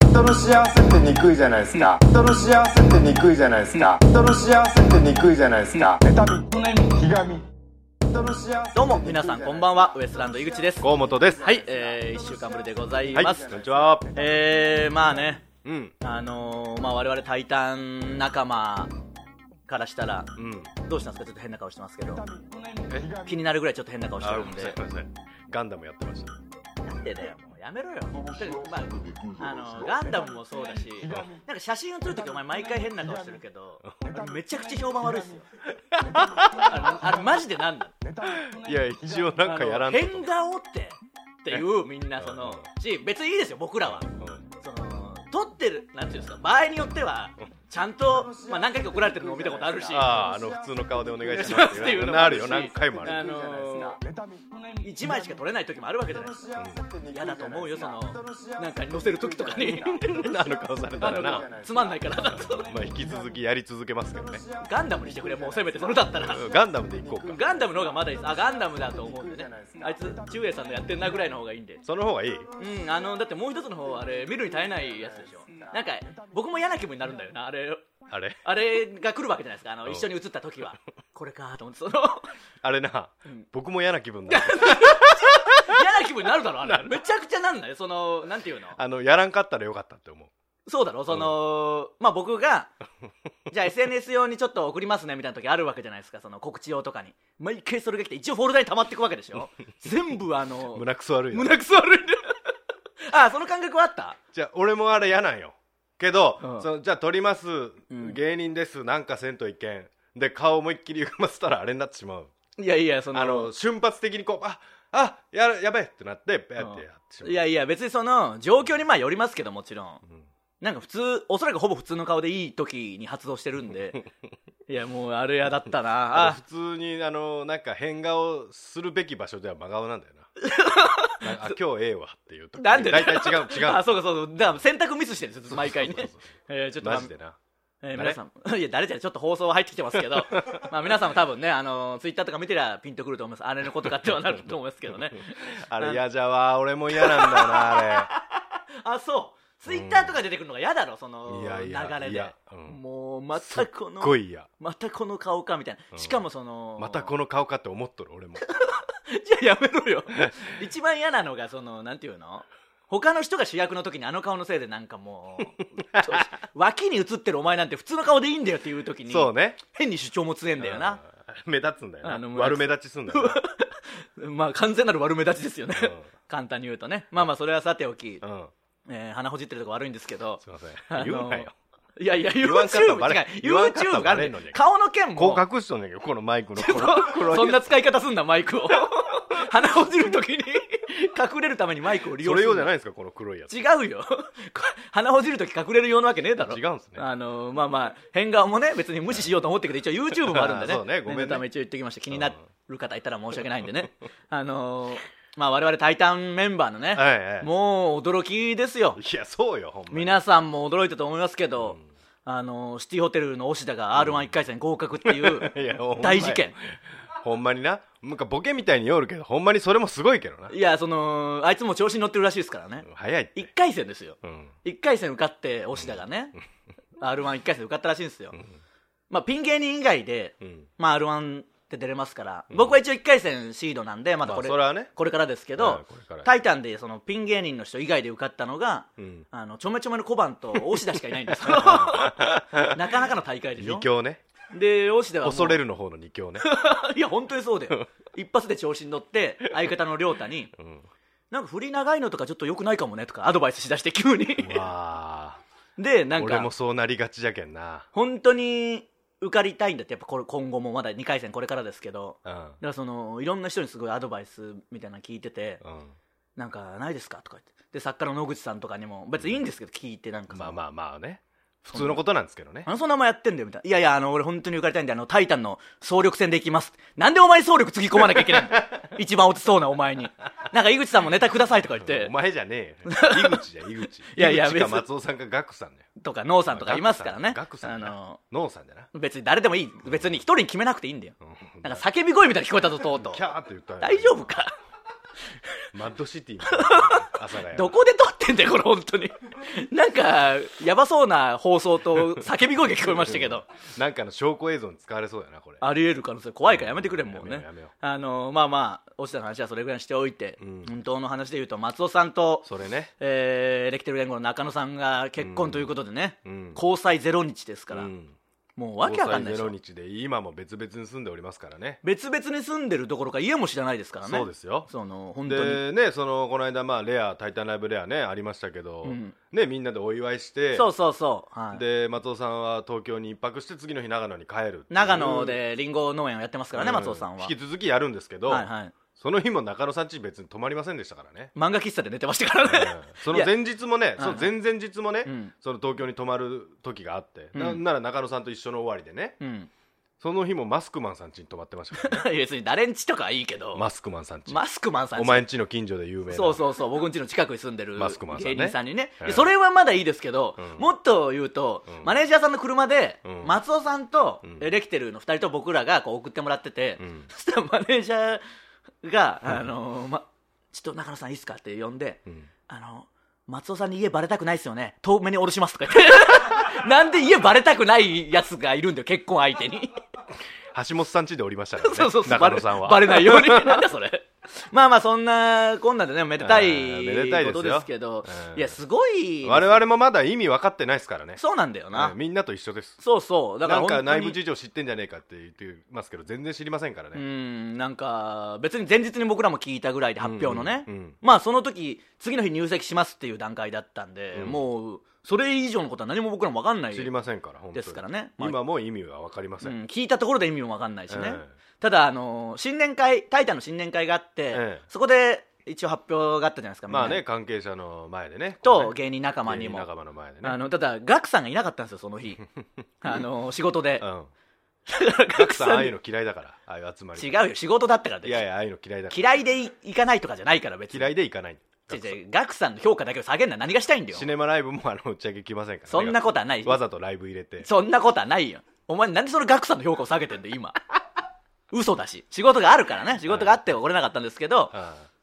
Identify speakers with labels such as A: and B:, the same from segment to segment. A: 人の幸せってにくいじゃないですか人の幸せってにくいじゃないですか人の幸せってにくいじゃないですか妬み
B: 悩み
A: ひがみ人の幸せって
C: どうも皆さんこんばんはウエストランド井口です
D: 河本です
C: はい、えー、1週間ぶりでござい
D: はいこ
C: ます、
D: んにちは
C: えー、まあね
D: うん
C: あのー、まあ我々タイタン仲間からしたら
D: うん
C: どうしたんですかちょっと変な顔してますけど
D: え
C: 気になるぐらいちょっと変な顔して
D: あ
C: る
D: ご
C: ん
D: めんな
C: で
D: さいごめんなさいガンダムやってました
C: なんでだよもうやめろよ、まあ、あのガンダムもそうだしなんか写真を撮るときお前毎回変な顔してるけどめちゃくちゃ評判悪いっすよあれあれマジでなんなの
D: いや一応なんかやらんと
C: 変顔ってっていうみんなそのし別にいいですよ僕らはその撮ってるなんていうんですか場合によってはちゃんと、まあ、何回か怒られてるのも見たことあるし
D: あああの普通の顔でお願いし
C: し
D: ま
C: ますす
D: っ
C: ってて
D: い
C: いううの
D: のも
C: も
D: あ
C: あ
D: る
C: る
D: よ
C: し
D: 何回もあ
C: あ
D: る
C: の1枚しか撮れない時もあるわけじゃない嫌だと思うよそのなんか載せる時とかに
D: あの顔された
C: あ
D: ら
C: の
D: な
C: つまんないからだと
D: まあ引き続きやり続けますけどね
C: ガンダムにしてくれもうせめてそれだったら
D: うんガンダムでいこうか
C: ガンダムの方がまだいいですあガンダムだと思うんでねあいつ中英さんのやってんなぐらいの方がいいんで
D: その方がいい
C: うんあのだってもう一つの方あれ見るに耐えないやつでしょなんか僕も嫌な気分になるんだよなあれ
D: あれ
C: あれが来るわけじゃないですかあの
D: うん
C: 一緒に映った時はこれかと思ってその
D: あれな
C: うん
D: 僕も嫌な気分だ
C: 嫌な気分になるだろあれめちゃくちゃなんないそのなんていうの
D: あのやらんかったらよかったって思う
C: そうだろその、まあ僕がじゃあ SNS 用にちょっと送りますねみたいな時あるわけじゃないですかその告知用とかに毎回それが来て一応フォルダに溜まっていくわけでしょ 全部あの
D: 胸くそ悪いな
C: 胸くそ悪いんだ あその感覚はあった
D: じゃあ俺もあれ嫌なんよけど、
C: うん
D: そのじゃあ撮ります、
C: ん
D: 芸人ですなんかせんといけんで顔思いっきり歪ませたらあれになってしまう
C: いやいやその
D: あの瞬発的にこうああややべえってなってペッてやってしまう、
C: いやいや別にその状況にまあよりますけどもちろん
D: うん
C: なんか普通おそらくほぼ普通の顔でいい時に発動してるん でいやもうあれやだったな
D: あ
C: あ
D: と普通にあのなんか変顔するべき場所では真顔なんだ よななあ今日ええわっていうと
C: なんでだ
D: 大
C: よ
D: 体違う違う
C: あそうかそうそうだから選択ミスしてるんですよずっと毎回ね
D: そうそうそう
C: えーちょっとまあ
D: マジでな
C: えー皆さん いや誰じゃないちょっと放送は入ってきてますけ どまあ皆さんも多分ねあのツイッターとか見てりゃピンとくると思いますあれのことかってはなると思いますけど ね
D: あれ嫌じゃわ俺も嫌なんだよなあ
C: あそうツイッターとか出てくるのが嫌だろその
D: いやいや
C: 流れ
D: い
C: で
D: やうん
C: もうま
D: れすった
C: こ の
D: ごい嫌
C: またこの顔かみたいな、
D: うん
C: しかもその
D: また この顔かって思っとる俺も
C: じゃあやめろよ一番嫌なのがそのなんていうの他の人が主役の時にあの顔のせいでなんかも うそう脇に映ってるお前なんて普通の顔でいいんだよっていう時に
D: そうね
C: 変に主張もつねえんだよな
D: うん目立つんだよ
C: あ
D: な
C: の
D: 悪目立ちすんだよな
C: まあ完全なる悪目立ちですよね簡単に言うとねまあまあそれはさておき
D: う、んうん
C: えー鼻ほじってるとこ悪いんですけど
D: すいま
C: あ
D: せ
C: の
D: ん言うなよ
C: いやいや
D: わんかったら
C: YouTube
D: バレ
C: 違
D: 言
C: う
D: わんかったら
C: YouTube があるん
D: バレんの
C: だ
D: に
C: よ顔の件
D: こ
C: も
D: う隠しとんねんけどこのマイクのこの
C: そそんな使い方すんなマイクを鼻ほじるときに 隠れるためにマイクを利
D: そ
C: 用
D: れ
C: す
D: 用
C: る
D: じゃ
C: の
D: ないんですかこの黒いやつ
C: 違うよ こ鼻ほじるとき隠れる用のわけねえだろ
D: 違うんすね
C: あのまあまあ変顔もね別に無視しようと思ってるけど一応 YouTube もあるんでね
D: そうねごめんね
C: 念のため一応言ってきました気になる方いたら申し訳ないんでねあのまあ我々タイタンメンバーのね、
D: はいはい
C: もう驚きですよ
D: いやそうよほんまに
C: 皆さんも驚いたと思いますけど、あのシティホテルの押田が r 1 1回戦合格っていう
D: いやほんまに
C: 大事件
D: ほんまにななんかボケみたいにおるけどほんまにそれもすごいけどない
C: やそのあいつも調子に乗ってるらしいですからね
D: 早いって
C: 1回戦ですよ
D: うん
C: 1回戦受かって押田がね r 1 1回戦受かったらしいんですよ、まあ、ピン芸人以外で、
D: うん
C: まあ、r 1って出れますから、僕は一応1回戦シードなんでまだこれ,、
D: まあそれはね
C: これからですけ
D: うん
C: ど
D: これから
C: 「タイタン」でそのピン芸人の人以外で受かったのが、
D: うん
C: あのちょめちょめの小判と押田しかいないんです よなかなかの大会でしょ
D: 二強ね
C: で押田はもう
D: 恐れるの方の二強ね
C: いや本当にそうだよ一発で調子に乗って相方の亮太に、なんか振り長いのとかちょっとよくないかもねとかアドバイスしだして 急に
D: わあ
C: でなん
D: 俺
C: か
D: もそうなりがちじゃけんな
C: 本当に受かりたいんだってやっぱこれ今後もまだ2回戦これからですけど
D: うん
C: だからそのいろんな人にすごいアドバイスみたいなの聞いてて、
D: うん
C: なんかないですかとか言ってで作家の野口さんとかにも別にいいんですけど聞いてなんかさ
D: まあまあまあね普通のことなんですけどね
C: あのそんなお前やってんだよみたいな。いやいや、あの、俺本当に受かりたいんで、あの、タイタンの総力戦で行きます。なんでお前に総力つぎ込まなきゃいけないの 一番落ちそうなお前に。なんか井口さんもネタくださいとか言って
D: お、前じゃね えよ井口じゃ井口
C: いやいや
D: 井口
C: 別
D: か
C: に
D: 松尾さんかガクさんだよ
C: とか、ノーさんとかいますからね。
D: ガクさ
C: あ
D: んの
C: の、
D: ノーさんだな
C: 別に誰でもいい。別に一人に決めなくていいんだよ。
D: うん
C: なんか叫び声みたいに聞こえたぞ、とうとう
D: キ。ャーって言ったよ
C: 大丈夫か
D: マッドシティ みたいな朝がや
C: どこで撮ってんだよ、これ、本当に。 なんか、やばそうな放送と叫び声が聞こえましたけど。
D: なんかの証拠映像に使われそうだなこれ
C: あり得る可能性怖いからやめてくれもう
D: やめよ
C: ね
D: うやめよう
C: あのまあまあ落ちた話はそれぐらいにしておいて、
D: うん
C: 本当の話で言うと松尾さんと、
D: それね
C: えー、レキテル連合の中野さんが結婚ということでね、
D: うん
C: 交際ゼロ日ですから、
D: うん
C: もうわけわかんないでし
D: 交
C: ょ
D: 際ゼロ日で今も別々に住んでおりますからね
C: 別々に住んでるどころか家も知らないですからね
D: そうですよ
C: その本当に、
D: でねそのこの間まあレア「タイタンライブレアね」ありましたけど、
C: うん
D: ねみんなでお祝いして
C: そうそうそう、はい、
D: で松尾さんは東京に一泊して次の日長野に帰るっていう
C: 長野でリンゴ農園をやってますからね、
D: う
C: 松尾さんは
D: 引き続きやるんですけど、
C: はいはい
D: その日も中野さんち別に泊まりませんでしたから ね
C: 漫画喫茶で寝てましたからね、
D: うんその前日もね
C: や
D: その前々日もね、
C: うん
D: その東京に泊まる時があって、な
C: うん
D: なら中野さんと一緒の終わりでね
C: うん、
D: その日もマスクマンさんちに泊まってましたからね
C: 別に誰ん ちとかはいいけど、
D: マスクマンさんち、
C: マスクマンさん
D: お
C: ち
D: 前んちの近所で有名な
C: そうそうそう僕ん家の近くに住んでる
D: マスクマンさん
C: 芸
D: ね
C: 人さんにね
D: うん
C: でそれはまだいいですけど、
D: うん
C: もっと言うと、
D: うん
C: マネージャーさんの車で、
D: うん
C: 松尾さんと、
D: うん
C: えレキテルの2人と僕らがこう送ってもらってて、
D: うん
C: そしたらマネージャーが「あのま、ちょっと中野さんいいっすか?」って呼んで、
D: ん
C: あの松尾さんに家バレたくないっすよね遠目に下ろします」とか言って なんで家バレたくないやつがいるんだよ結婚相手に。
D: 橋本さんちでおりました からね
C: そうそうそう
D: 中野さんは
C: バレバレないように なんだそれまあまあそんなこんなんでねめでたい
D: うんめでたいです
C: こ
D: よ
C: とですけど
D: うん
C: いやすごい
D: 我々もまだ意味分かってないですからね
C: そうなんだよな
D: うんみんなと一緒です
C: そうそうだか
D: な
C: ら
D: んか内部
C: 本当に
D: 事情知ってんじゃねえかって言ってますけど全然知りませんからね、
C: うんなんか別に前日に僕らも聞いたぐらいで発表のね
D: うんうんうん
C: まあその時次の日入籍しますっていう段階だったんで
D: うん
C: もうそれ以上のことは何も僕らも分かんない
D: 知りませんから本当に
C: ですからねまあ
D: 今もう意味は分かりませ、
C: うんん、聞いたところで意味も分かんないしね、
D: ええ
C: ただ、あのー新年会「タイタン」の新年会があって、
D: ええ
C: そこで一応発表があったじゃないですか
D: まあ
C: みんな
D: ね関係者の前でね
C: と
D: こうね
C: 芸人仲間にも、
D: 芸人仲間の前でね
C: あのただガクさんがいなかったんですよその日あの仕事で
D: うん
C: ガ
D: 奥さんああいうの嫌いだからああいう集まり
C: 違うよ仕事だったからで
D: いやいやああいうの嫌いだから
C: 嫌いでい行かないとかじゃないから別に
D: 嫌いでいかない
C: 違う違うガクさんの評価だけを下げんな何がしたいんだよ
D: シネマライブもあの打ち上げ来ませんからね
C: そんなことはない
D: わざとライブ入れて
C: そんなことはないよお前なんでそのガクさんの評価を下げてんだよ 今嘘だし仕事があるからね仕事があっては来れなかったんですけど、
D: う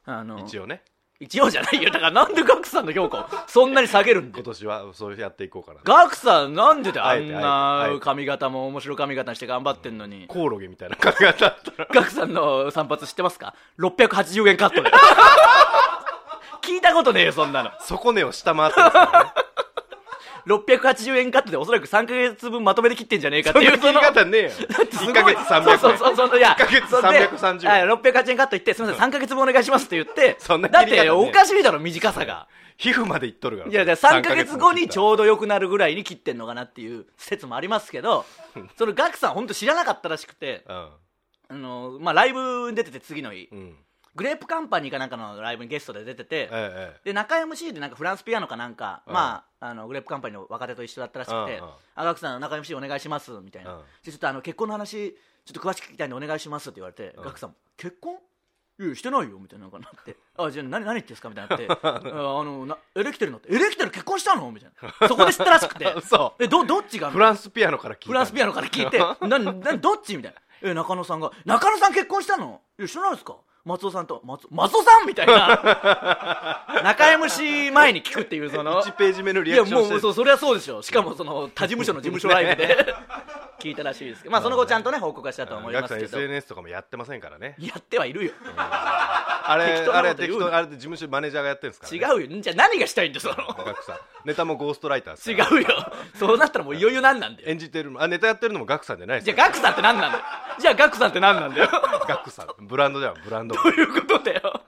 C: あ
D: ん
C: の
D: 一応ね
C: 一応じゃないよだからなんでガクさんの評価をそんなに下げるんだ
D: 今
C: よ
D: 年はそうやっていこうかな
C: ガクさんなんでだよあ
D: あえて
C: ん
D: あえてあえ
C: な
D: て
C: 髪型も面白い髪型にして頑張ってんのに
D: コオロギみたいな髪型だったら
C: ガクさんの散髪知ってますか ?680 円カッ トで。聞いたことねえよ、そんなの。
D: 底根を下回ってますからね
C: 680円カットでおそらく3ヶ月分まとめて切ってんじゃねえかっ
D: そ
C: てい
D: ん
C: う。
D: な切り方ねえよ
C: その
D: 1ヶ月300円
C: そうそうそうそうそういや
D: 一ヶ月
C: そんで
D: 330円
C: あ680円カットいってすみません3ヶ月分お願いしますって言って
D: そんな
C: だっ
D: 切り方ね
C: ておかしいだろ短さが
D: 皮膚までいっとるから
C: いやだから3ヶ月後にち
D: う
C: ょうど良くなるぐらいに切ってんのかなっていう説もありますけどそのガクさん本当知らなかったらしくて
D: うん
C: あの、まあ、ライブに出てて次の日
D: うん
C: グレープカンパニーかなんかのライブにゲストで出てて、
D: えええ
C: で中 MC でなんかフランスピアノかなんか、
D: うん
C: まあ、あのグレープカンパニーの若手と一緒だったらしくて
D: うんうん
C: 「あガクさん中 MC お願いします」みたいな、
D: うん
C: でちょっとあの結婚の話ちょっと詳しく聞きたいんでお願いします」って言われて、
D: うん
C: ガクさん「結婚いやしてないよ」みたいなのかなって「あじゃあ何何言ってんすか?」みたいになって あ「あのなエレキテルのってエレキテル結婚したの?」みたいなそこで知ったらしくて
D: え嘘
C: えどどっちが
D: フランスピアノから聞いた
C: フランスピアノから聞いてななどっちみたいなえ中野さんが「中野さん結婚したのいや知らないですか松尾さんと松松尾さん!」みたいな 中 MC 前に聞くっていうその
D: 1ページ目の
C: い
D: リア
C: や
D: クション
C: も
D: して
C: うそうそりゃそうでしょしかもその他事務所の事務所ライブで聞いたらしいですけどまあその後ちゃんとね報告はしたとは思い
D: ガ
C: ま
D: クさ
C: す
D: ん
C: けどや
D: SNS とかもやってませんからね
C: ってはいるよ
D: あれ
C: 適当な
D: あれ
C: こと言
D: 適
C: うな
D: 当あれって事務所マネージャーがやってるんですから、
C: 違
D: ね、
C: うよじゃあ何がしたいんだよその
D: ガクさんネタもゴーストライターです
C: 違
D: から
C: うよそうなったらもういよいよ何なんだよ
D: 演じてるのあネタやってるのもガクさんじゃない
C: じゃ
D: で
C: あ
D: す
C: ガクさんって何なんだよじゃあガクさんって何なんだよ
D: ガクさんブランドじゃんブランド
C: どういうことだよ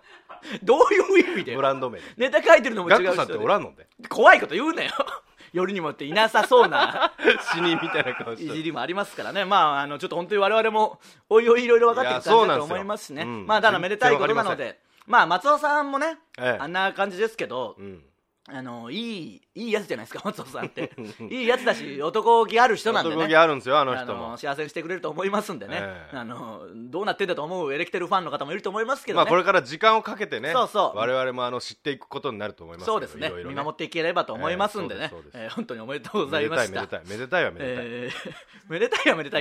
C: どういう意味だ
D: ブ
C: よ
D: ランド名
C: ネタ書いてる のも違
D: ガ
C: う
D: クさんっておらんの で
C: 怖いこと言うなよ よりにもっていなさそう な
D: 死人みたいな顔し
C: い
D: て
C: じ
D: る
C: りもありますからねまああのちょっと本当に我々もおいおいいろいろ分かっていく感じだと思いますし
D: い
C: ね
D: やそうなんですようん
C: まあただめでたいことなの
D: 全然
C: でまあ松尾さんもね、
D: ええ
C: あんな感じですけど、
D: うん
C: あのいいいいやつじゃないですか 松尾さんっていいやつだし男気ある人なんで
D: 男気
C: ね
D: あるんですよあの
C: あ
D: 人
C: の
D: も
C: 幸せにしてくれると思いますんでね、
D: ええ
C: あのどうなってんだと思うエレキテルファンの方もいると思いますけどね、
D: まあこれから時間をかけてね
C: そうそう
D: 我々もあの知っていくことになると思いますけど
C: そうですね
D: いろいろ
C: 見守っていければと思いますんでね、え
D: ええそうですそうです
C: ー本当におめでとうございました
D: めでたいめでたいめでたいはめでたい、
C: えー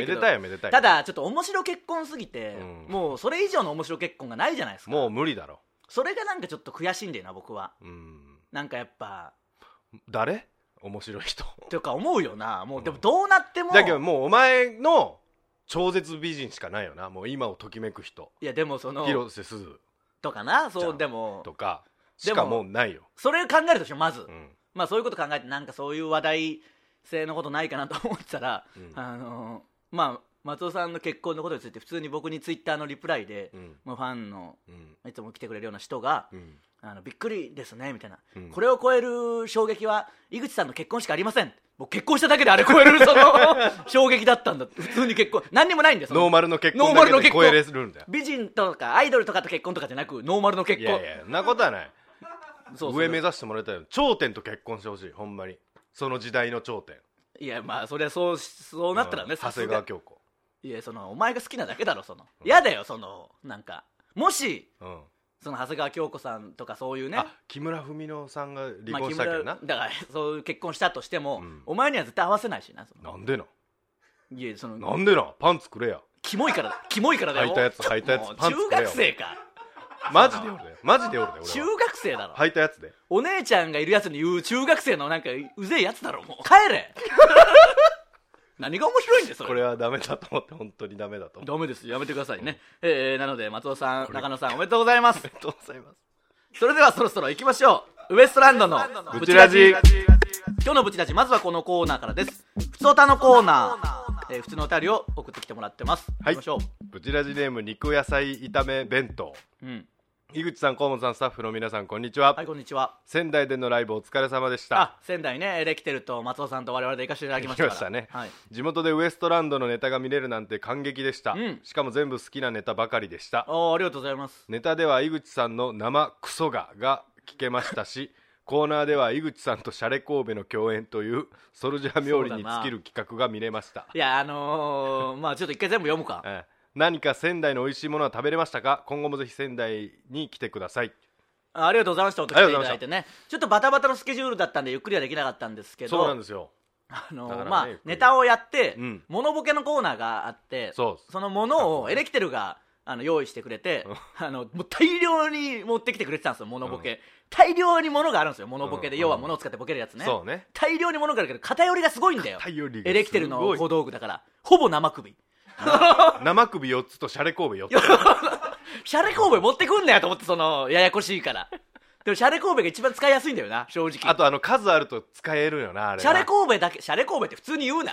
C: めでたいはめでたいけど
D: めでたいはめでたい
C: ただちょっと面白結婚すぎて、
D: うん
C: もうそれ以上の面白結婚がないじゃないですか
D: もう無理だろ
C: それがなんかちょっと悔しいんだよな僕は
D: うん
C: なんかやっぱ
D: 誰面白い人
C: というか思うよなもうでもどうなっても
D: だけどもうお前の超絶美人しかないよなもう今をときめく人
C: いやでもその
D: 広瀬すず
C: とかな
D: じゃ
C: そ
D: あ
C: うでも
D: とか
C: で
D: し
C: も
D: かもうないよ、
C: それを考えるとしょまず、
D: うん
C: まあそういうこと考えてなんかそういう話題性のことないかなと思ってたら、
D: うん
C: あのーまあ松尾さんの結婚のことについて普通に僕にツイッターのリプライで、
D: うん
C: まあ、ファンの
D: うん
C: いつも来てくれるような人が
D: うん
C: 「あのびっくりですね」みたいな、
D: うん
C: これを超える衝撃は井口さんの結婚しかありません」僕結婚しただけであれ超え るその衝撃だったんだ普通に結婚何にもないんです
D: ノーマルの結婚だけで超えれるんだよ
C: 美人とかアイドルとかと結婚とかじゃなくノーマルの結
D: い
C: 婚
D: やいやそんなことはない
C: そうそう
D: 上目指してもらいたいよ頂点と結婚してほしいほんまにその時代の頂点
C: いやまあそれはそうそうなったら
D: う
C: ね
D: ん長
C: さす
D: 谷
C: が
D: 川京子
C: いやそのお前が好きなだけだろその嫌だよそのなんかもし
D: うん
C: その長谷川京子さんとかそういうね
D: あ木村文乃さんが離婚したけど
C: まあ
D: な
C: 木、村だからそういう結婚したとしても、
D: うん
C: お前には絶対合わせないしなその
D: なんでない
C: やその
D: なんでなパンツくれや
C: キモいからだキモいからだよ
D: 履いたやつ履いたやつ
C: もう
D: パン
C: 中
D: ツくれよ
C: 学生か
D: マジで 俺だよマジで俺だよ俺
C: 中
D: は
C: 学生だろ、
D: 履いたやつで
C: お姉ちゃんがいるやつに言う中学生のなんかうぜえやつだろもう帰れ 何が面白いんですそれ
D: これはダメだと思って本当にダメだと思って
C: ダメですやめてくださいね、えーなので松尾さん中野さんおめでとうございます
D: ありがとうございます
C: それではそろそろ行きましょうウエストランドの
D: ブチラジ
C: 今日のブチラジまずはこのコーナーからです普通歌のコーナー、えー、普通のお便りを送ってきてもらってます
D: はい
C: 行きましょ
D: ブチラジネーム肉野菜炒め弁当
C: う、うん、
D: 井口さん河本さんスタッフの皆さんこんにちは、
C: はいこんにちは
D: 仙台でのライブお疲れ様でした
C: あ仙台ねレキテルと松尾さんと我々で行かせていただきましたから
D: 行きましたね
C: はい、
D: 地元でウエストランドのネタが見れるなんて感激でした、
C: うん
D: しかも全部好きなネタばかりでした
C: おーありがとうございます
D: ネタでは井口さんの生クソがが聞けまし たしコーナーでは井口さんとシャレ神戸の共演というソルジャー冥利に尽きる企画が見れました、
C: いやあ のー、まあちょっと一回全部読むか
D: ええ何か仙台の美味しいものは食べれましたか今後もぜひ仙台に来てください
C: あありがとうございましたお聞きいただいてねちょっとバタバタのスケジュールだったんでゆっくりはできなかったんですけど
D: そうなんですよ
C: あの
D: だからね
C: まあ
D: ゆっくり
C: ネタをやって、
D: うん
C: モノボケのコーナーがあって
D: そう
C: のものをエレキテルがあの用意してくれてあのもう大量に持ってきてくれてたんですよモノボケ、大量にものがあるんですよモノボケで、
D: うん
C: 要はものを使ってボケるやつね
D: そうね
C: 大量にものがあるけど偏りがすごいんだよ
D: 偏りがすごい
C: エレキテルの小道具だからほぼ生首
D: 生首4つとシャレ神戸4つ
C: シャレ神戸持ってくんなよと思ってそのややこしい からでもシャレ神戸が一番使いやすいんだよな正直
D: あとあの数あると使えるよなあれな
C: シャレ神戸だけシャレ神戸って普通に言うな、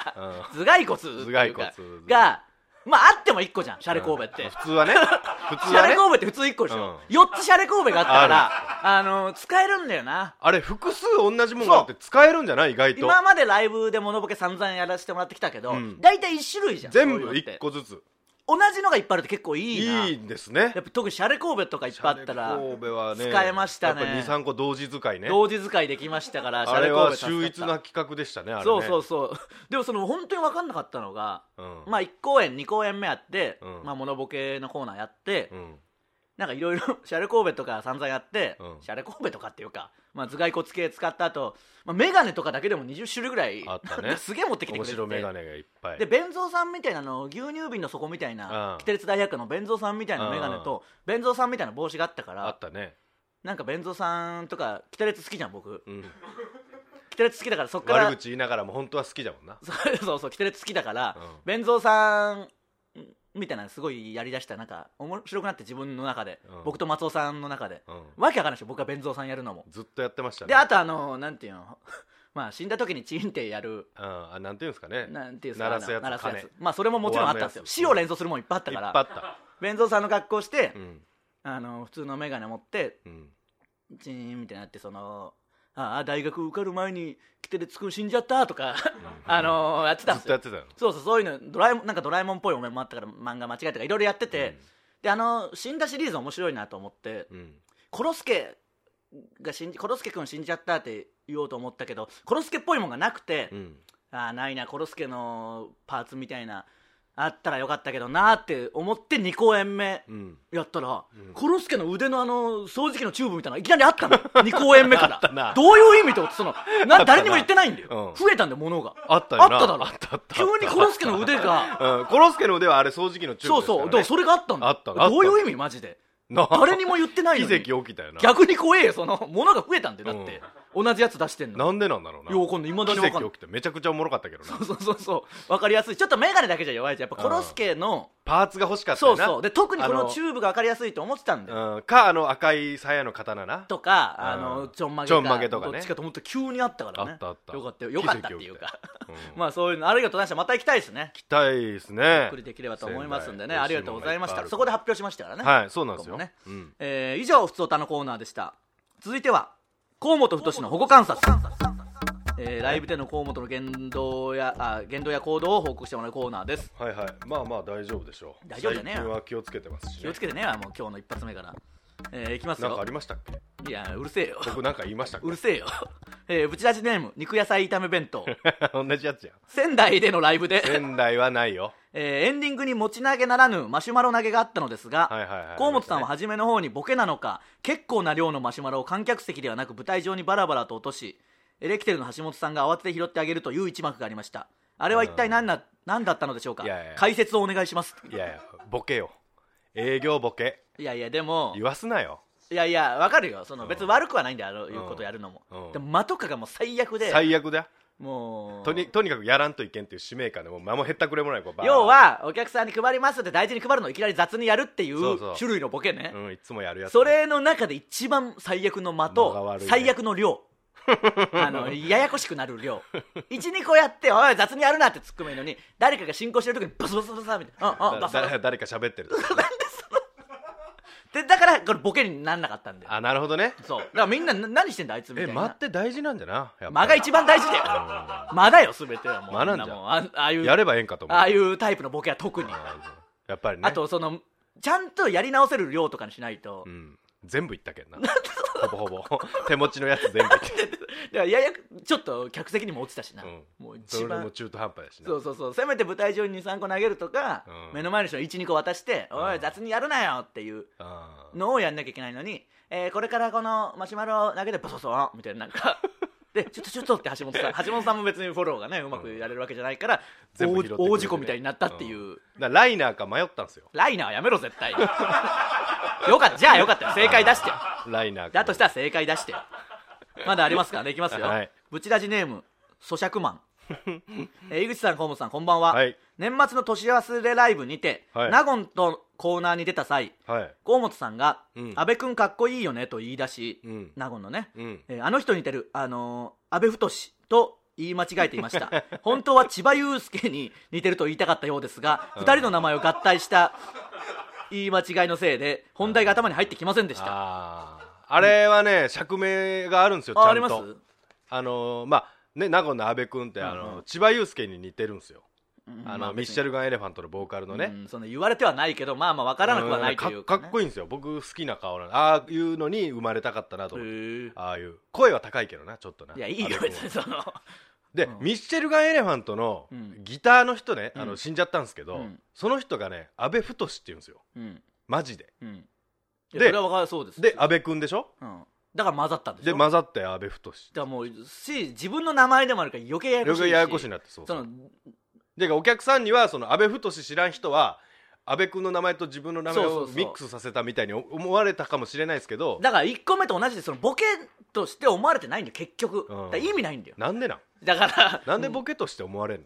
C: 頭蓋骨っていうか
D: 頭蓋骨
C: がまああっても1個じゃんシャレ神戸って、
D: 普通はね普
C: シ
D: 通
C: ャ
D: は
C: レ
D: ね
C: 神戸って普通1個でしょ、
D: う
C: 4つシャレ神戸があったからあの使えるんだよな
D: あれ複数同じもんがあって使えるんじゃない意外と
C: 今までライブでモノボケ散々やらせてもらってきたけど、
D: うん
C: 大体1種類じゃん
D: 全
C: そう
D: 部
C: いうのって
D: 1個ずつ
C: 同じのがいっぱいあるって結構いいない
D: いんですね
C: やっぱ特にシャレ神戸とかいっぱいあったら
D: シャレ神戸はね
C: 使えましたね
D: やっぱ23個同時使いね
C: 同時使いできましたからシ
D: あ
C: ャレ
D: れ
C: 神戸
D: は
C: 助かった
D: 秀逸な企画でしたねあれね
C: そうそうそうでもその本当に分かんなかったのが、
D: うん
C: まあ1公演2公演目あって、
D: うん
C: まあ、モノボケのコーナーやって、
D: うん
C: なんかいろいろシャレ神戸とか散々やって、
D: うん
C: シャレ神戸とかっていうか、まあ、頭蓋骨系使った後、まあ、メガネとかだけでも20種類ぐらい
D: あっ
C: な
D: た
C: ん
D: ね
C: かすげえ持ってきてく
D: 面
C: れて
D: 白メガ
C: て
D: ネがいっぱい
C: で弁蔵さんみたいなの牛乳瓶の底みたいな
D: うん
C: キテレツ大学の弁蔵さんみたいなメガネと弁蔵さんみたいな帽子があったか
D: あ
C: ら
D: ったね
C: なんか弁蔵さんとかキテレツ好きじゃん僕
D: うん
C: キテレツ好きだからそっから
D: 悪口言いながらも本当は好きだもんな
C: そうそうそうキテレツ好きだから、
D: うん
C: 弁蔵さんみたいなのすごいやりだしたらなんか面白くなって自分の中で、
D: うん
C: 僕と松尾さんの中で、
D: うん
C: わけわかんないでしょ僕が弁蔵さんやるのも
D: ずっとやってましたね
C: であとあのなんていうの まあ死んだ時にチーンってやる
D: うんあなんていうんですかね
C: なんていうんです
D: 鳴
C: から
D: すやつ
C: あの鳴
D: 鐘
C: まあそれももちろんあったんですよ
D: お椀のやつ
C: 死を連想するもんいっぱいあった
D: いっ
C: か
D: ぱい
C: ら
D: あった
C: 弁蔵さんの格好して、
D: うん
C: あの普通の眼鏡持って
D: うん
C: チーンみたいになってそのああ大学受かる前にキテレツくん死んじゃったとか あのやって
D: ず
C: たん
D: っ
C: です
D: とや
C: よ
D: ってた
C: そ
D: の
C: うそうそういうのドラえもんなんかドラえもんっぽいお面もあったから漫画間違えたとかいろいろやってて、であの死んだシリーズ面白いなと思って
D: うん
C: コロスケが死んじコロスケ君死んじゃったって言おうと思ったけどコロスケっぽいもんがなくて、
D: うん
C: ああないなコロスケのパーツみたいなあったらよかったけどなーって思って2公演目
D: うん
C: やったら、
D: うん
C: コロスケの腕のあの掃除機のチューブみたいなのいきなりあった の2公演目か
D: あった
C: ら
D: な
C: どういう意味と思ってその
D: あった
C: な
D: な
C: 誰にも言ってないんだよ、
D: うん
C: 増えたんだよ物が
D: あったよ
C: あ
D: な
C: っただろ
D: あったあった
C: 急にコロスケ の腕が
D: うんコロスケの腕はあれ掃除機のチューブ
C: そうそ
D: ですから
C: う
D: ね
C: でもそれがあったんだ
D: あったあった
C: どういう意味マジで
D: な
C: 誰にも言ってない
D: 奇
C: のに
D: 跡起きたよな
C: 逆に怖えよその物が増えたんでだって、同じやつ出してんの
D: なんでなんだろうな
C: ようこんないまだに分
D: 奇
C: か
D: 跡
C: んない
D: 起きためちゃくちゃおもろかったけどな
C: そうそうそう分かりやすいちょっと眼鏡だけじゃ弱いじゃんやっぱコロスケの
D: パーツが欲しかった
C: そ
D: よ
C: う
D: な
C: そうで特にこ
D: あ
C: の
D: の
C: チューブが分かりやすいと思ってたんだよ
D: うん、かあの赤い鞘の刀な
C: とかあ
D: う
C: の
D: ん
C: ちょんまげ
D: ちょんまげとかね
C: どっちかと思ったら急にあったからね
D: あったあった
C: よかったよよかったっていう
D: 奇跡
C: か
D: うん
C: まあそういうのありがとうございましたまた行きたいですね
D: 行きたいですね
C: ゆっくりできればと思いますんでね
D: 仙台
C: ありがとうございまし
D: 美
C: た
D: 味し
C: そこ
D: も
C: で
D: のいっ
C: 発表しましたから
D: ぱ
C: ね
D: いあるはいそうなんです
C: こ
D: よ、
C: こもね
D: うん
C: えー以上ふつおたのコーナーでした続いては河本太の保護観察えーライブでの河本の言動やあ言動や行動を報告してもらうコーナーです
D: はいはいまあまあ大丈夫でしょう
C: 大丈夫だね
D: 最近は気をつけてますし、ね、
C: 気をつけてねもう今日の一発目から、えーいきます
D: なんかあ
C: よ
D: り ましたっけ
C: いやうるせえよ
D: 僕なんか言いましたっ
C: うるせえよ、 えー、ぶち出しネーム肉野菜炒め弁当
D: け 同じや つやん
C: 仙台でのライブで
D: 仙台はないよ
C: えーエンディングに持ち投げならぬマシュマロ投げがあったのですが、
D: はいはいはい
C: 河本さんは初めの方にボケなのか結構な量のマシュマロを観客席ではなく舞台上にバラバラと落としエレキテルの橋本さんが慌てて拾ってあげるという一幕がありましたあれは一体何な、何だったのでしょうか
D: いやいや
C: 解説をお願いします
D: いやいやボケよ営業ボケ
C: いやいやでも
D: 言わすなよ
C: いやいやわかるよその
D: ん
C: 別に悪くはないんだよ、あのいうことやるのも、
D: うん
C: でも間とかがもう最悪で
D: 最悪だ
C: もう
D: とにとにかくやらんといけんっていう使命感でもう間もへったくれもないこうバーッ
C: 要、はお客さんに配りますって大事に配るのをいきなり雑にやるってい
D: そううそう
C: 種類のボケね
D: うん、いつもやるやつ
C: それの中で一番最悪の間
D: 間が
C: と
D: 悪いね
C: 最悪の 量あのややこしくなる量12個やって「おい雑にやるな」って突っ込めばいいのに誰かが進行してる時にバスバスバスバスみたいな「うんうんバ
D: だ
C: スバス
D: 誰誰か喋ってると
C: でだからこれボケになんなかったんだよ
D: あなるほどね
C: そうだからみんなな何してんだあいつみた
D: え
C: いな
D: 間って大事なんだなやっぱ
C: 間が一番大事だよ 間だよ全ては もう
D: 間なんじゃん
C: もうあああいう
D: やればええんかと思う
C: ああいうタイプのボケは特に
D: やっぱりね
C: あとそのちゃんとやり直せる量とかにしないと、
D: うん、全部言ったけんなほぼほぼ手持ちのやつ全部 言った
C: だからややちょっと客席にも落ちたしな、
D: うん
C: もう
D: そ
C: 一
D: れ
C: 番
D: も中途半端やしな
C: そうそうそうせめて舞台上に23個投げるとか、
D: うん
C: 目の前の人に12個渡して「おい
D: うん
C: 雑にやるなよ」っていう
D: あー
C: のをやんなきゃいけないのに、えーこれからこのマシュマロを投げてバソソンみたいななん かでちょっとちょっとって橋本さん橋本さんも別にフォローがねうまくやれるわけじゃないから、
D: 全部
C: 大
D: 拾ってくれてね
C: 大事故みたいになったっていう、
D: だからライナーか迷ったんですよ
C: ライナーはやめろ絶対よかったじゃあよかったよ正解出してよ
D: ライナーか
C: だとしたら正解出してよまだありますからねいきますよ、
D: はい
C: ブチラジネーム咀嚼マンえー井口さん河本さんこんばんは、
D: はい
C: 年末の年忘れライブにて、
D: はい
C: 納言とコーナーに出た際
D: はい
C: 河本さんが
D: うん
C: 「阿部君かっこいいよね」と言い出し、
D: うん
C: 納言のね、
D: うん
C: えーあの人に似てる、あのー、安倍太と言い間違えていました 本当は千葉雄介に似てると言いたかったようですが、二人の名前を合体した言い間違いのせいで本題が頭に入ってきませんでした
D: あーあれはね釈明があるんですよちゃん
C: あ
D: と
C: あります
D: あのーまあね名護の阿部君ってあのー、千葉雄介に似てるんですよあの、
C: まあ別に
D: ミッシェルガン・エレファントのボーカルのね、
C: うん、その言われてはないけどまあまあ分からなくはないという
D: か
C: か,、
D: かっこいいんですよ僕好きな顔なのああいうのに生まれたかったなと思って
C: いい
D: ああいう声は高いけどなちょっとない
C: いやいいよ
D: 安倍
C: 別
D: 君
C: にその
D: で、ミッシェルガン・エレファントの
C: うん
D: ギターの人ね、あ
C: う
D: の
C: ん
D: 死んじゃったんですけど、
C: うん
D: その人がね阿部太って言うんですよ
C: うん
D: マジで
C: うんいやそれ
D: で
C: は分かるそうです
D: で阿部君でしょ
C: うん、だから混ざったんでしょ
D: で混ざって阿部太
C: だからもうし自分の名前でもあるから余計ややこしいし
D: ややこしいなってそう
C: そ
D: そう
C: の
D: でお客さんにはその安倍太知らん人は安倍君の名前と自分の名
C: そ
D: 前
C: う
D: を
C: そうそう
D: ミックスさせたみたいに思われたかもしれないですけど
C: だから1個目と同じでそのボケとして思われてないんだよ結局、
D: う
C: だか
D: ん
C: ら意味ないんだよ
D: なんでなん
C: だから
D: なんでボケとして思われんの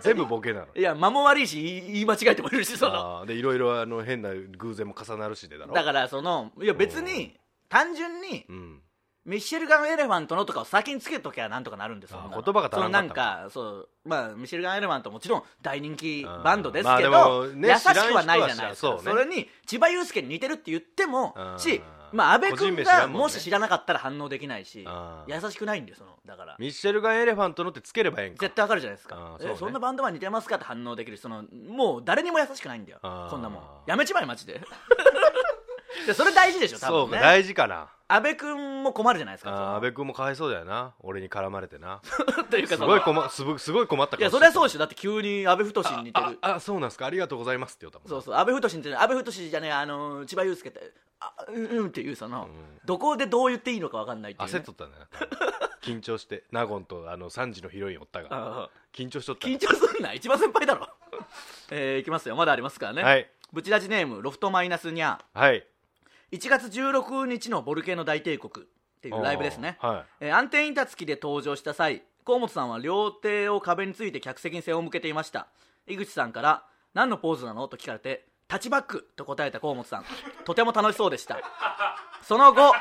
D: 全部ボケなの
C: いや間も悪いし言い言い間違えてもいるし その
D: あーでいろいろあの変な偶然も重なるしでだろ
C: だからそのいや別に単純に
D: うん
C: ミッシェルガン・エレファントのとかを先につけときゃなんとかなるんですよ
D: あー
C: そんなの
D: 言葉が足
C: その
D: らん
C: な
D: か
C: ん
D: った
C: かそうまあミッシェルガン・エレファントもちろん大人気バンドです
D: あ
C: け
D: ー
C: ど、
D: まあでもね
C: 優しくはないじゃないですか
D: 知らん人は知らん
C: そ
D: そうね
C: れに千葉雄介に似てるって言っても
D: あー
C: しまあ安倍
D: 個人
C: 君
D: 名知ら
C: が
D: んもんね
C: もし知らなかったら反応できないし
D: あー
C: 優しくないんだよそのだから
D: ミッシェルガン・エレファントのってつければええんか
C: 絶対わかるじゃないですか
D: あー
C: え
D: そうね
C: そんなバンドマン似てますかって反応できるしそのもう誰にも優しくないんだよ
D: あー
C: こんなもんやめちまえマジで でそれ大事でしょ
D: そ
C: 多
D: う
C: 分
D: か
C: ね
D: 大事かな
C: 安倍君も困るじゃないですかその
D: あー安倍君もかわいそうだよな俺に絡まれてな
C: というか
D: す
C: その
D: ごい困すぶすごい困った
C: い
D: 顔
C: や
D: して
C: そ
D: た
C: りゃそうでしょだって急に安倍太に似て
D: あ
C: る
D: あそうなんですかありがとうございますって言ったもん
C: そうそう安倍太に似てる安倍太じゃねえあのー千葉雄介ってあうんうんっていうその、どこでどう言っていいのか分かんないっていう、ね、
D: 焦っ とったんだな緊張して納言とあの3時のヒロインおった
C: ああ
D: が緊張しとった
C: 緊張すんな一番先輩だろ えー、いきますよまだありますからね、
D: はい
C: ブチラジネームロフトマイナスニャー
D: はい
C: 1月16日の「ボルケーノ大帝国」っていうライブですね、
D: は
C: えー、暗転板付きで登場した際河本さんは両手を壁について客席に背を向けていました井口さんから「何のポーズなの?」と聞かれて「タッチバック」と答えた河本さんとても楽しそうでしたその後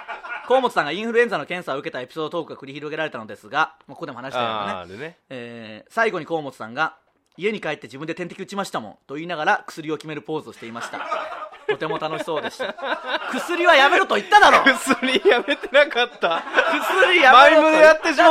C: 河本さんがインフルエンザの検査を受けたエピソードトークが繰り広げられたのですが、まあ、ここでも話
D: い
C: したような
D: あ
C: ね、
D: ーでね
C: えー最後に河本さんが「家に帰って自分で点滴打ちましたもん」と言いながら薬を決めるポーズをしていましたとても楽しそうでした薬はやめろと言っただろ
D: 薬やめてなかった
C: 薬やめろと
D: 前もやってしも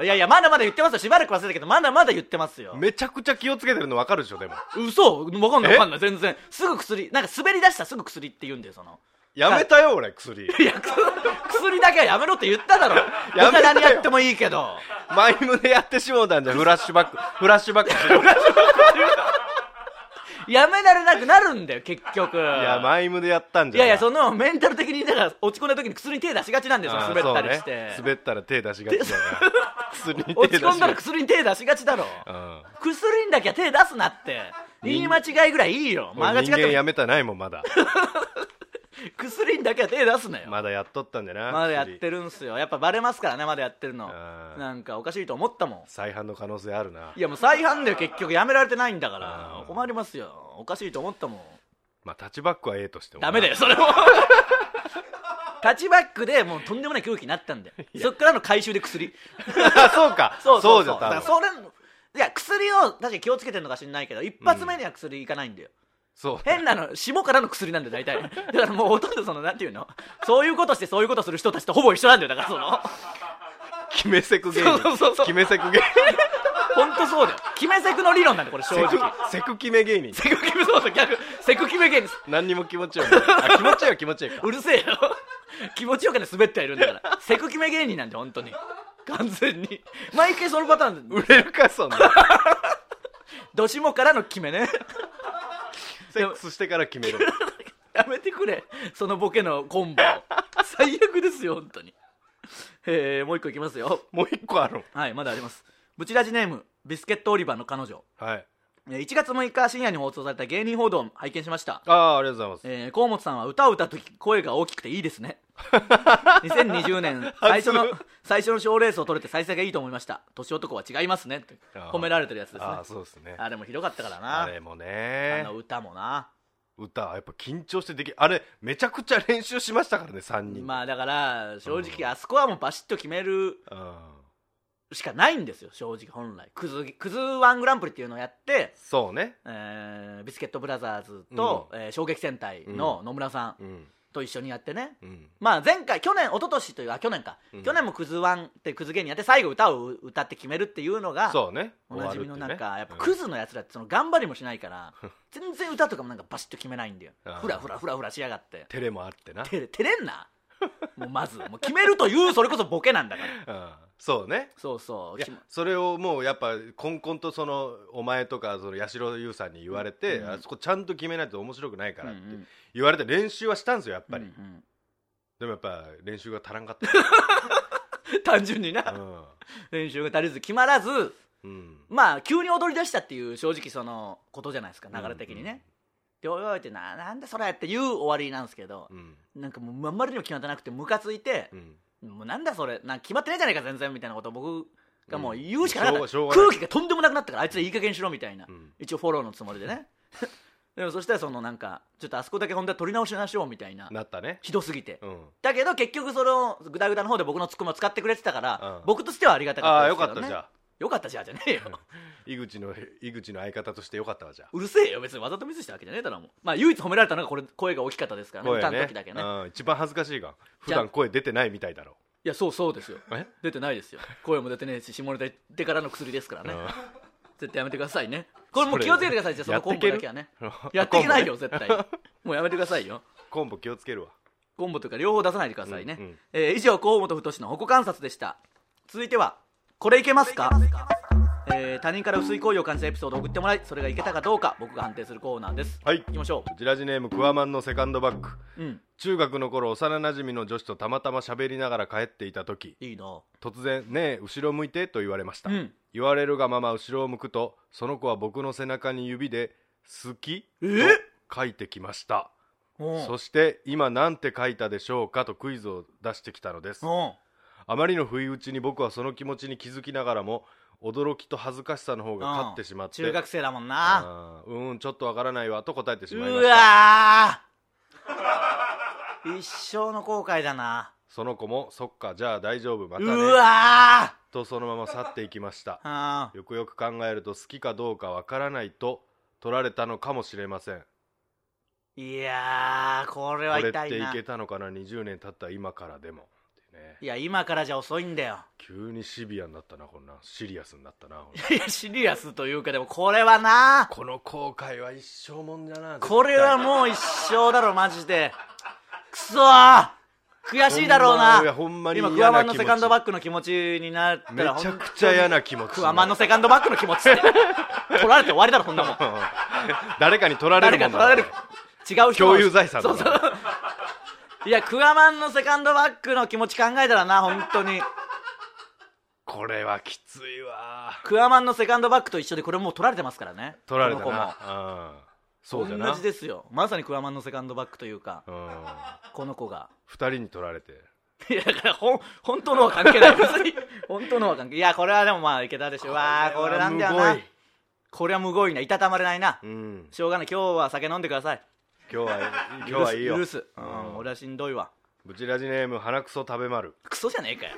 D: う
C: いやいやまだまだ言ってますよしばらく忘れたけどまだまだ言ってますよ
D: めちゃくちゃ気をつけてるの分かるでしょでも
C: 嘘わかんない
D: え
C: わかんない全然すぐ薬なんか滑り出したらすぐ薬って言うんだよその
D: やめたよ俺薬
C: いや薬 薬だけはやめろって言っただろ
D: やめな
C: 他
D: よ
C: 何やってもいいけど
D: マイムでやってしもうたんじゃんフラッシュバックフラッシュバックしてる
C: やめられなくなるんだよ結局い
D: いやマイムでやったんじ
C: い
D: ゃん
C: やいやそのメンタル的にだから落ち込んだ時に薬に手出しがちなんですよ
D: あー
C: 滑ったりし
D: そう
C: て
D: ね、、滑ったら手出しがちだな 薬に手
C: 落
D: 出
C: ち
D: しが
C: 込
D: ち
C: んだら薬に手出しがちだろ
D: うん
C: 薬にだけは手出すなって言い間違いぐらいいいよ間が
D: 俺
C: 違っ
D: 人間
C: ても
D: やめたないもんまだ
C: 薬にだけは手出すなよ
D: まだやっとったんだ な
C: まだやっ
D: 薬
C: てるんすよやっぱバレますからねまだやってるの
D: うん
C: なんかおかしいと思ったも
D: 再犯の可能性あるなん
C: いやもう再販だよ結局やめられてないんだから
D: うん
C: 困りますよおかしいと思ったもん
D: まあタッチバックはええとしてもな
C: ダメだよそれ もタッチバックでもうとんでもない空気になったんだよそっからの回収で 薬
D: あそうか
C: そうそう
D: じ
C: そ
D: ゃ
C: う
D: った
C: だからそれいや薬を確かに気をつけてるのか知んないけど一発目には薬いかないんだよ、
D: そう
C: 変なの霜からの薬なんだよ大体だからもうほとんどそのなんていうのそういうことしてそういうことする人たちとほぼ一緒なんだよだからその
D: 決めセク芸
C: そうそうそうそ
D: 人
C: う
D: 決めセク芸人
C: 本当そうだよ決めセクの理論なんだよこれ正
D: セ
C: 直
D: クセク決め芸人
C: セク決めそうそう逆セク決め芸人
D: 何にも気持ち よくないあ気持ちよいは気持ちよいか
C: うるせえよ 気持ちよくね滑ってはいるんだからセク決め芸人なんだよ本当に完全に毎回そのパターン
D: 売れるかそ んな
C: どしもからの決めね
D: セックスしてから決める
C: やめてくれそのボケのコンボ最悪ですよ本当にえー、もう一個いきますよ
D: もう一個あるん
C: はいまだありますブチラジネームビスケットオリバーの彼女
D: はい
C: えー1月6日深夜に放送された芸人報道を拝見しました
D: ああありがとうございます
C: えー、河本さんは歌を歌うとき声が大きくていいです ね2020年最初の最初の賞レースを取れて幸先がいいと思いました年男は違いますねって
D: あー
C: 褒められてるやつですね
D: ああそうですね
C: あれもひどかったからな
D: あ
C: あ
D: れもね
C: の歌もな
D: 歌やっぱ緊張してできあれめちゃくちゃ練習しましたからね3人
C: まあだから正直あそこはもうバシッと決める
D: うん
C: しかないんですよ正直本来クズクズワングランプリっていうのをやって、
D: そうね
C: えービスケットブラザーズと、えー衝撃戦隊の野村さん
D: うん
C: と一緒にやってね、
D: うん
C: まあ前回去年一昨年というあ去年か、
D: うん
C: 去年もクズワンってクズ芸人やって最後歌を歌って決めるっていうのが
D: そうね
C: おなじみのなん
D: 終わ
C: か、
D: る
C: や
D: っ
C: ってぱ
D: いうね
C: クズのやつらってその頑張りもしない から、全然歌とかもなんかバシッと決めないんだよ
D: あー
C: ふらふらふらふらしやが って
D: 照れもあってな
C: てれてれんなもうまずもう決めるというそれこそボケなんだから
D: うん そうね
C: そうそう
D: いやそれをもうやっぱこんこんとそのお前とかその八代優さんに言われて、
C: うん
D: あそこちゃんと決めないと面白くないからって
C: うんうん
D: 言われて練習はしたんですよやっぱり、
C: うんうん
D: でもやっぱ練習が足らんかっ
C: 単純にな、
D: た、うん
C: 練習が足りず決まらず
D: うん、
C: まあ急に踊り出したっていう正直そのことじゃないですか流れ的にね、でおいおいってななんだそれっていう終わりなんですけど
D: う、ん
C: なんかもうあんまりにも決まってなくてムカついて
D: う、ん
C: もうなんだそれなんか決まってないじゃないか全然みたいなことを僕がもう言うしかなかった、
D: うんしょうがしょうがな
C: 空
D: い
C: 気がとんでもなくなったからあいつらいい加減にしろみたいな、
D: うん
C: 一応フォローのつもりでね でもそしたらそのなんかちょっとあそこだけ本当は取り直しましょうみたいな
D: なったね
C: ひどすぎて、
D: うん
C: だけど結局そのグダグダの方で僕のツッコミを使ってくれてたから、
D: うん
C: 僕としてはありがた
D: あ
C: か
D: あ
C: っ
D: よ
C: た
D: か
C: で
D: っ
C: すけどね
D: たじゃあ
C: よかったじゃあじゃねえよ
D: 井口の井口の相方としてよかったわじゃあ
C: うるせえよ別にわざとミスしたわけじゃねえだろもうまあ唯一褒められたのがこれ声が大きかったですからね
D: 声
C: 歌の時だけね
D: うん、一番恥ずかしいが普
C: じゃあ
D: 段声出てないみたいだろ
C: いやそうそうですよ
D: え
C: 出てないですよ声も出てねえし下ネタ言ってからの薬ですからね、絶対やめてくださいねこれもう気をつけてくださいじゃあそのコンボだけはね やっていけないよ絶対もうやめてくださいよ
D: コンボ気をつけるわ
C: コンボとか両方出さないでくださいね、
D: うんうん
C: えー以上河本太の保護観察でした続いてはこれいけますかえー他人から薄い行為を感じたエピソードを送ってもらいそれがいけたかどうか僕が判定するコーナーです
D: はい
C: 行きましょ
D: ジラジネームクワマンのセカンドバッグ
C: ううん
D: 中学の頃幼なじみの女子とたまたま喋りながら帰っていた時
C: いいな
D: 突然「ねえ後ろ向いて」と言われました、
C: うん
D: 言われるがまま後ろを向くとその子は僕の背中に指で「好き」
C: え
D: と書いてきました
C: お
D: そして今なんて書いたでしょうかとクイズを出してきたのです
C: お
D: あまりの不意打ちに僕はその気持ちに気づきながらも驚きと恥ずかしさの方が勝ってしまって
C: 中学生だもんな
D: あーうーんちょっとわからないわと答えてし
C: う
D: まいました
C: わー一生の後悔だな
D: その子もそっかじゃあ大丈夫また
C: う
D: ね
C: わ
D: とそのまま去っていきました
C: ーうん
D: よくよく考えると好きかどうかわからないと取られたのかもしれません
C: いやーこれ
D: こ
C: は
D: れ
C: 痛
D: っ
C: い
D: てい
C: な
D: けたのかな20年経った今からでもってね
C: いや今からじゃ遅いんだよ
D: 急にシビアになったなこんなんシリアスになったなこんなん
C: いやシリアスというかでもこれはな
D: この後悔は一生もんじゃな
C: これはもう一生だろマジでくそー悔しいだろう
D: いや
C: な
D: ほんまに
C: 今
D: 嫌な
C: クワマンのセカンドバ
D: ッ
C: ックの気持ちになった
D: め
C: ら
D: ちゃくちゃ嫌な気持ち
C: クワマンのセカンドバックの気持ち って取られて終わりだろこんなもん
D: うん誰かに取られ
C: 誰
D: る
C: か
D: もん
C: 取られる違う人の
D: 共有財産だ
C: そうそういやクワマンのセカンドバックの気持ち考えたらな本当に
D: これはきついわ
C: クワマンのセカンドバックと一緒でこれもう取られてますからね
D: 取られた
C: この子も
D: なうんそうじゃな
C: 同じですよまさにクワマンのセカンドバックというか
D: うん
C: この子が
D: 二人に取られて
C: いやだからほん本当のは関係ない別に 本当のは関係ないいやこれはでもまあいけたでしょわあこれなんだよ
D: は
C: な
D: む
C: これはむごいないたたまれないな、
D: ごいうん
C: しょうがない今日は酒飲んでください
D: 今日は今日はいいよ
C: 許す許す、うん、俺はしんどいわ
D: ブチラジネーム鼻くそ食べ丸
C: クソじゃねえ かよ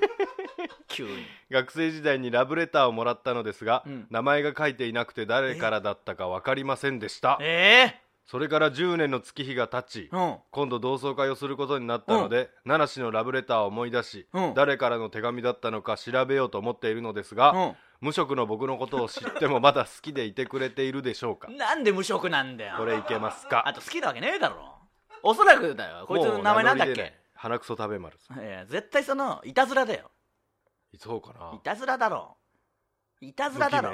C: 急に
D: 学生時代にラブレターをもらったのですが、
C: うん
D: 名前が書いていなくて誰からだったか分かりませんでした
C: え
D: それから10年の月日が経ち
C: えうん
D: 今度同窓会をすることになったので、奈良市のラブレターを思い出し、
C: うん
D: 誰からの手紙だったのか調べようと思っているのですが、無職の僕のことを知ってもまだ好きでいてくれているでしょうか
C: うん、なんで無職なんだよ
D: これいけます
C: あ
D: か
C: と好きなわけねえだろおそらくだよこいつの名前なんだっ
D: もう名乗り
C: け、
D: 出ない鼻くそ食べ丸さん
C: いや絶対そのいたずらだよ
D: そうか
C: い
D: な
C: たずらだろいたずらだろ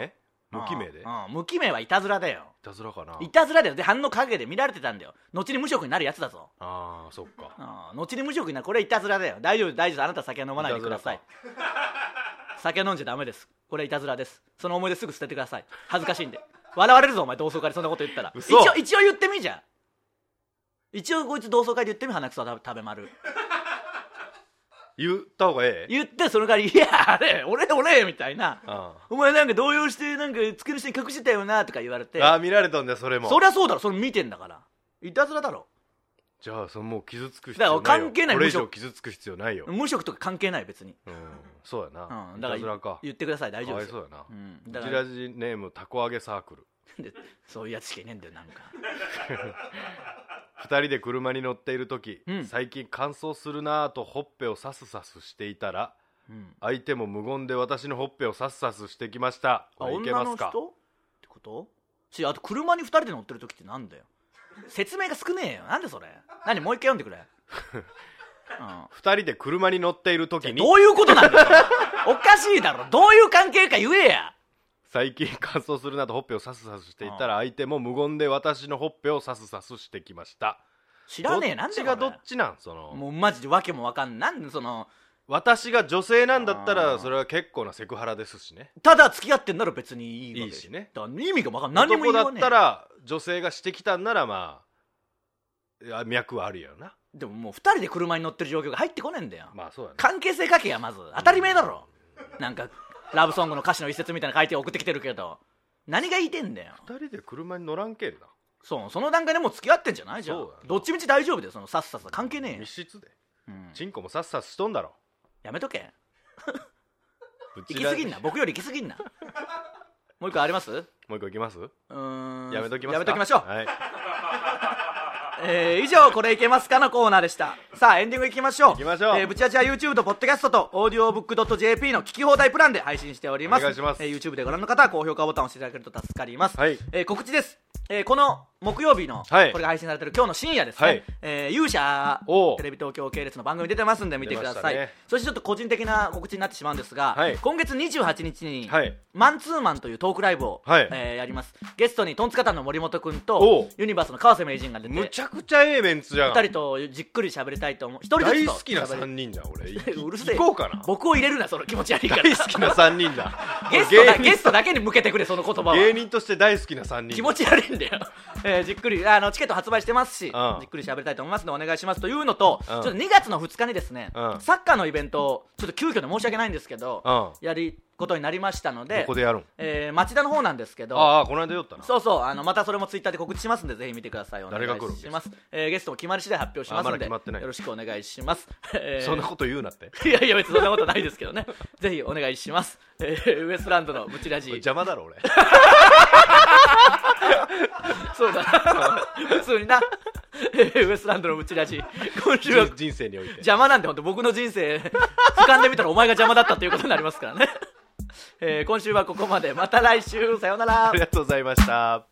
D: 無記名無記名でい
C: うんうん無記名はいたずらだよ
D: たずらかない
C: たずらだよで反の陰で見られてたんだよ後に無職になるやつだぞ
D: ああそっか
C: うん後に無職になるこれはいたずらだよ大丈夫大丈夫あなた酒は飲まないでください
D: い
C: 酒飲んじゃダメですこれはいたずらですその思い出すぐ捨ててください恥ずかしいんで笑われるぞお前同窓会でそんなこと言ったら一
D: 嘘
C: 応一応言ってみじゃん一応こいつ同窓会で言ってみ鼻くそ食べ丸
D: 言った方がええ
C: 言ってその代わり「いやあれ俺俺」みたいな
D: あ
C: 「お前なんか動揺してなんか机の下に隠してたよな」とか言われて
D: ああー見られたんだよそれも
C: そりゃそうだろそれ見てんだからいたずらだろ
D: じゃあそのもう傷つく必要ないよ
C: だから関係ない
D: これ以
C: 無
D: 上
C: 職
D: 傷つく必要ないよ、
C: 無職とか関係ない別に、
D: うん、そうやな、
C: うん、だから
D: いたずらか
C: 言ってください大
D: か
C: 丈夫
D: わ
C: で
D: い
C: す
D: そうやな、
C: うん、
D: ブ
C: だか
D: チ
C: ら
D: ラジネームたこ揚げサークル
C: でそういうやつしかいねえんだよなんか
D: 二人で車に乗っている時、
C: うん
D: 最近乾燥するなぁとほっぺをさすさすしていたら
C: うん
D: 相手も無言で私のほっぺをさすさすしてきました
C: あ
D: これいけ
C: 女
D: ま
C: の
D: す
C: 人
D: か
C: ってことしあと車に2人で乗ってる時ってなんだよ説明が少ねえよなんでそれ何もう一回読んで くれ、うん
D: 二人で車に乗っている時に
C: どういうことなんだよそれおかしいだろどういう関係か言えや
D: 最近乾燥するなとほっぺをさすさすしていたら相手も無言で私のほっぺをさすさすしてきました
C: 知らねえなんで
D: どっちが
C: こ
D: ど
C: れ
D: っちなんその
C: もうマジで訳もわかんないなんでその
D: 私が女性なんだった
C: あ
D: ら
C: ー
D: それは結構なセクハラですしね
C: ただ付き合ってんなら別にいいわけで
D: いいしね
C: だから意味がわかんない何も言
D: 男だ
C: わ
D: っ
C: ねえ
D: たら女性がしてきたんならまあいや脈はあるよな
C: でももう2人で車に乗ってる状況が入ってこねえんだよ
D: まあそうやね
C: 関係性書けやまず当たり前だろなんかラブソングの歌詞の一節みたいな書いて送ってきてるけど何が言いてんだよ
D: 二人で車に乗らんけえな
C: そうその段階でもう付き合ってんじゃないじゃ
D: そうんだよな
C: どっちみち大丈夫だよそのさっさと関係ねえよ
D: 密、室で
C: うん
D: チンコもさっさっしとんだろ
C: やめとけ
D: うち
C: 行き
D: ら
C: 過ぎんな僕より行き過ぎ んなもう一個ありますう
D: もう一個いきます
C: ーん
D: やめときますか
C: やめときましょう、
D: はい
C: えー以上「これいけますか?」のコーナーでしたさあエンディングいきましょう
D: 行きましょう
C: えーぶちあちは YouTube とポッドキャストと audiobook.jp の聞き放題プランで配信しております
D: お願いします
C: えー YouTube でご覧の方は高評価ボタンを押していただけると助かります、
D: はい
C: えー告知です、えーこの木曜日の、
D: はい
C: これが配信されてる今日の深夜ですね、
D: はい
C: えー勇者
D: おう
C: テレビ東京系列の番組出てますんで見てくだ
D: 出
C: さ
D: ま
C: い、
D: したね
C: そしてちょっと個人的な告知になってしまうんですが、
D: はい
C: 今月28日に、
D: はい
C: マンツーマンというトークライブを、
D: はい
C: えーやりますゲストにトンツカタンの森本君
D: お
C: と
D: う
C: ユニバースの川瀬名人が出て
D: むちゃくちゃええメンツじゃん
C: 二人とじっくり喋りたいと思う一人ずつと
D: 大好きな
C: 喋
D: 3
C: り
D: 人だ俺
C: うるせえ
D: 行こうかな
C: 僕を入れるなその気持ち悪いから
D: 大好きな3人だ
C: ゲストだ
D: 芸人
C: ゲストだけに向けてくれその言葉は
D: 芸人として大好きな3人
C: 気持ち悪いんだよ、 えーじっくりあのチケット発売してますし、
D: うん
C: じっくり喋りたいと思いますのでお願いしますというのと、
D: うん
C: ちょっと2月の2日にですね、
D: うん
C: サッカーのイベントをちょっと急遽で申し訳ないんですけど、
D: うん
C: やることになりましたの
D: こ
C: で
D: こでやるん
C: えー町田の方なんですけど
D: ああこの間酔ったな
C: そうそうあのまたそれもツイッターで告知しますんでぜひ見てくださいお願い
D: 誰が来る
C: します、えーゲストも決まり次第発表します
D: あま
C: の
D: だ
C: で、
D: 決まってない
C: よろしくお願いします、えー
D: そんなこと言うなって
C: いやいや別にそんなことないですけどねぜひお願いします、えーウエストランドのブチラジ
D: 邪魔だ ろ俺
C: そうだな普通になウエストランドのブチラジ今週は
D: 人人生において
C: 邪魔なんで本当僕の人生俯瞰で見たらお前が邪魔だったということになりますからね、えー今週はここまでまた来週さようなら
D: ありがとうございました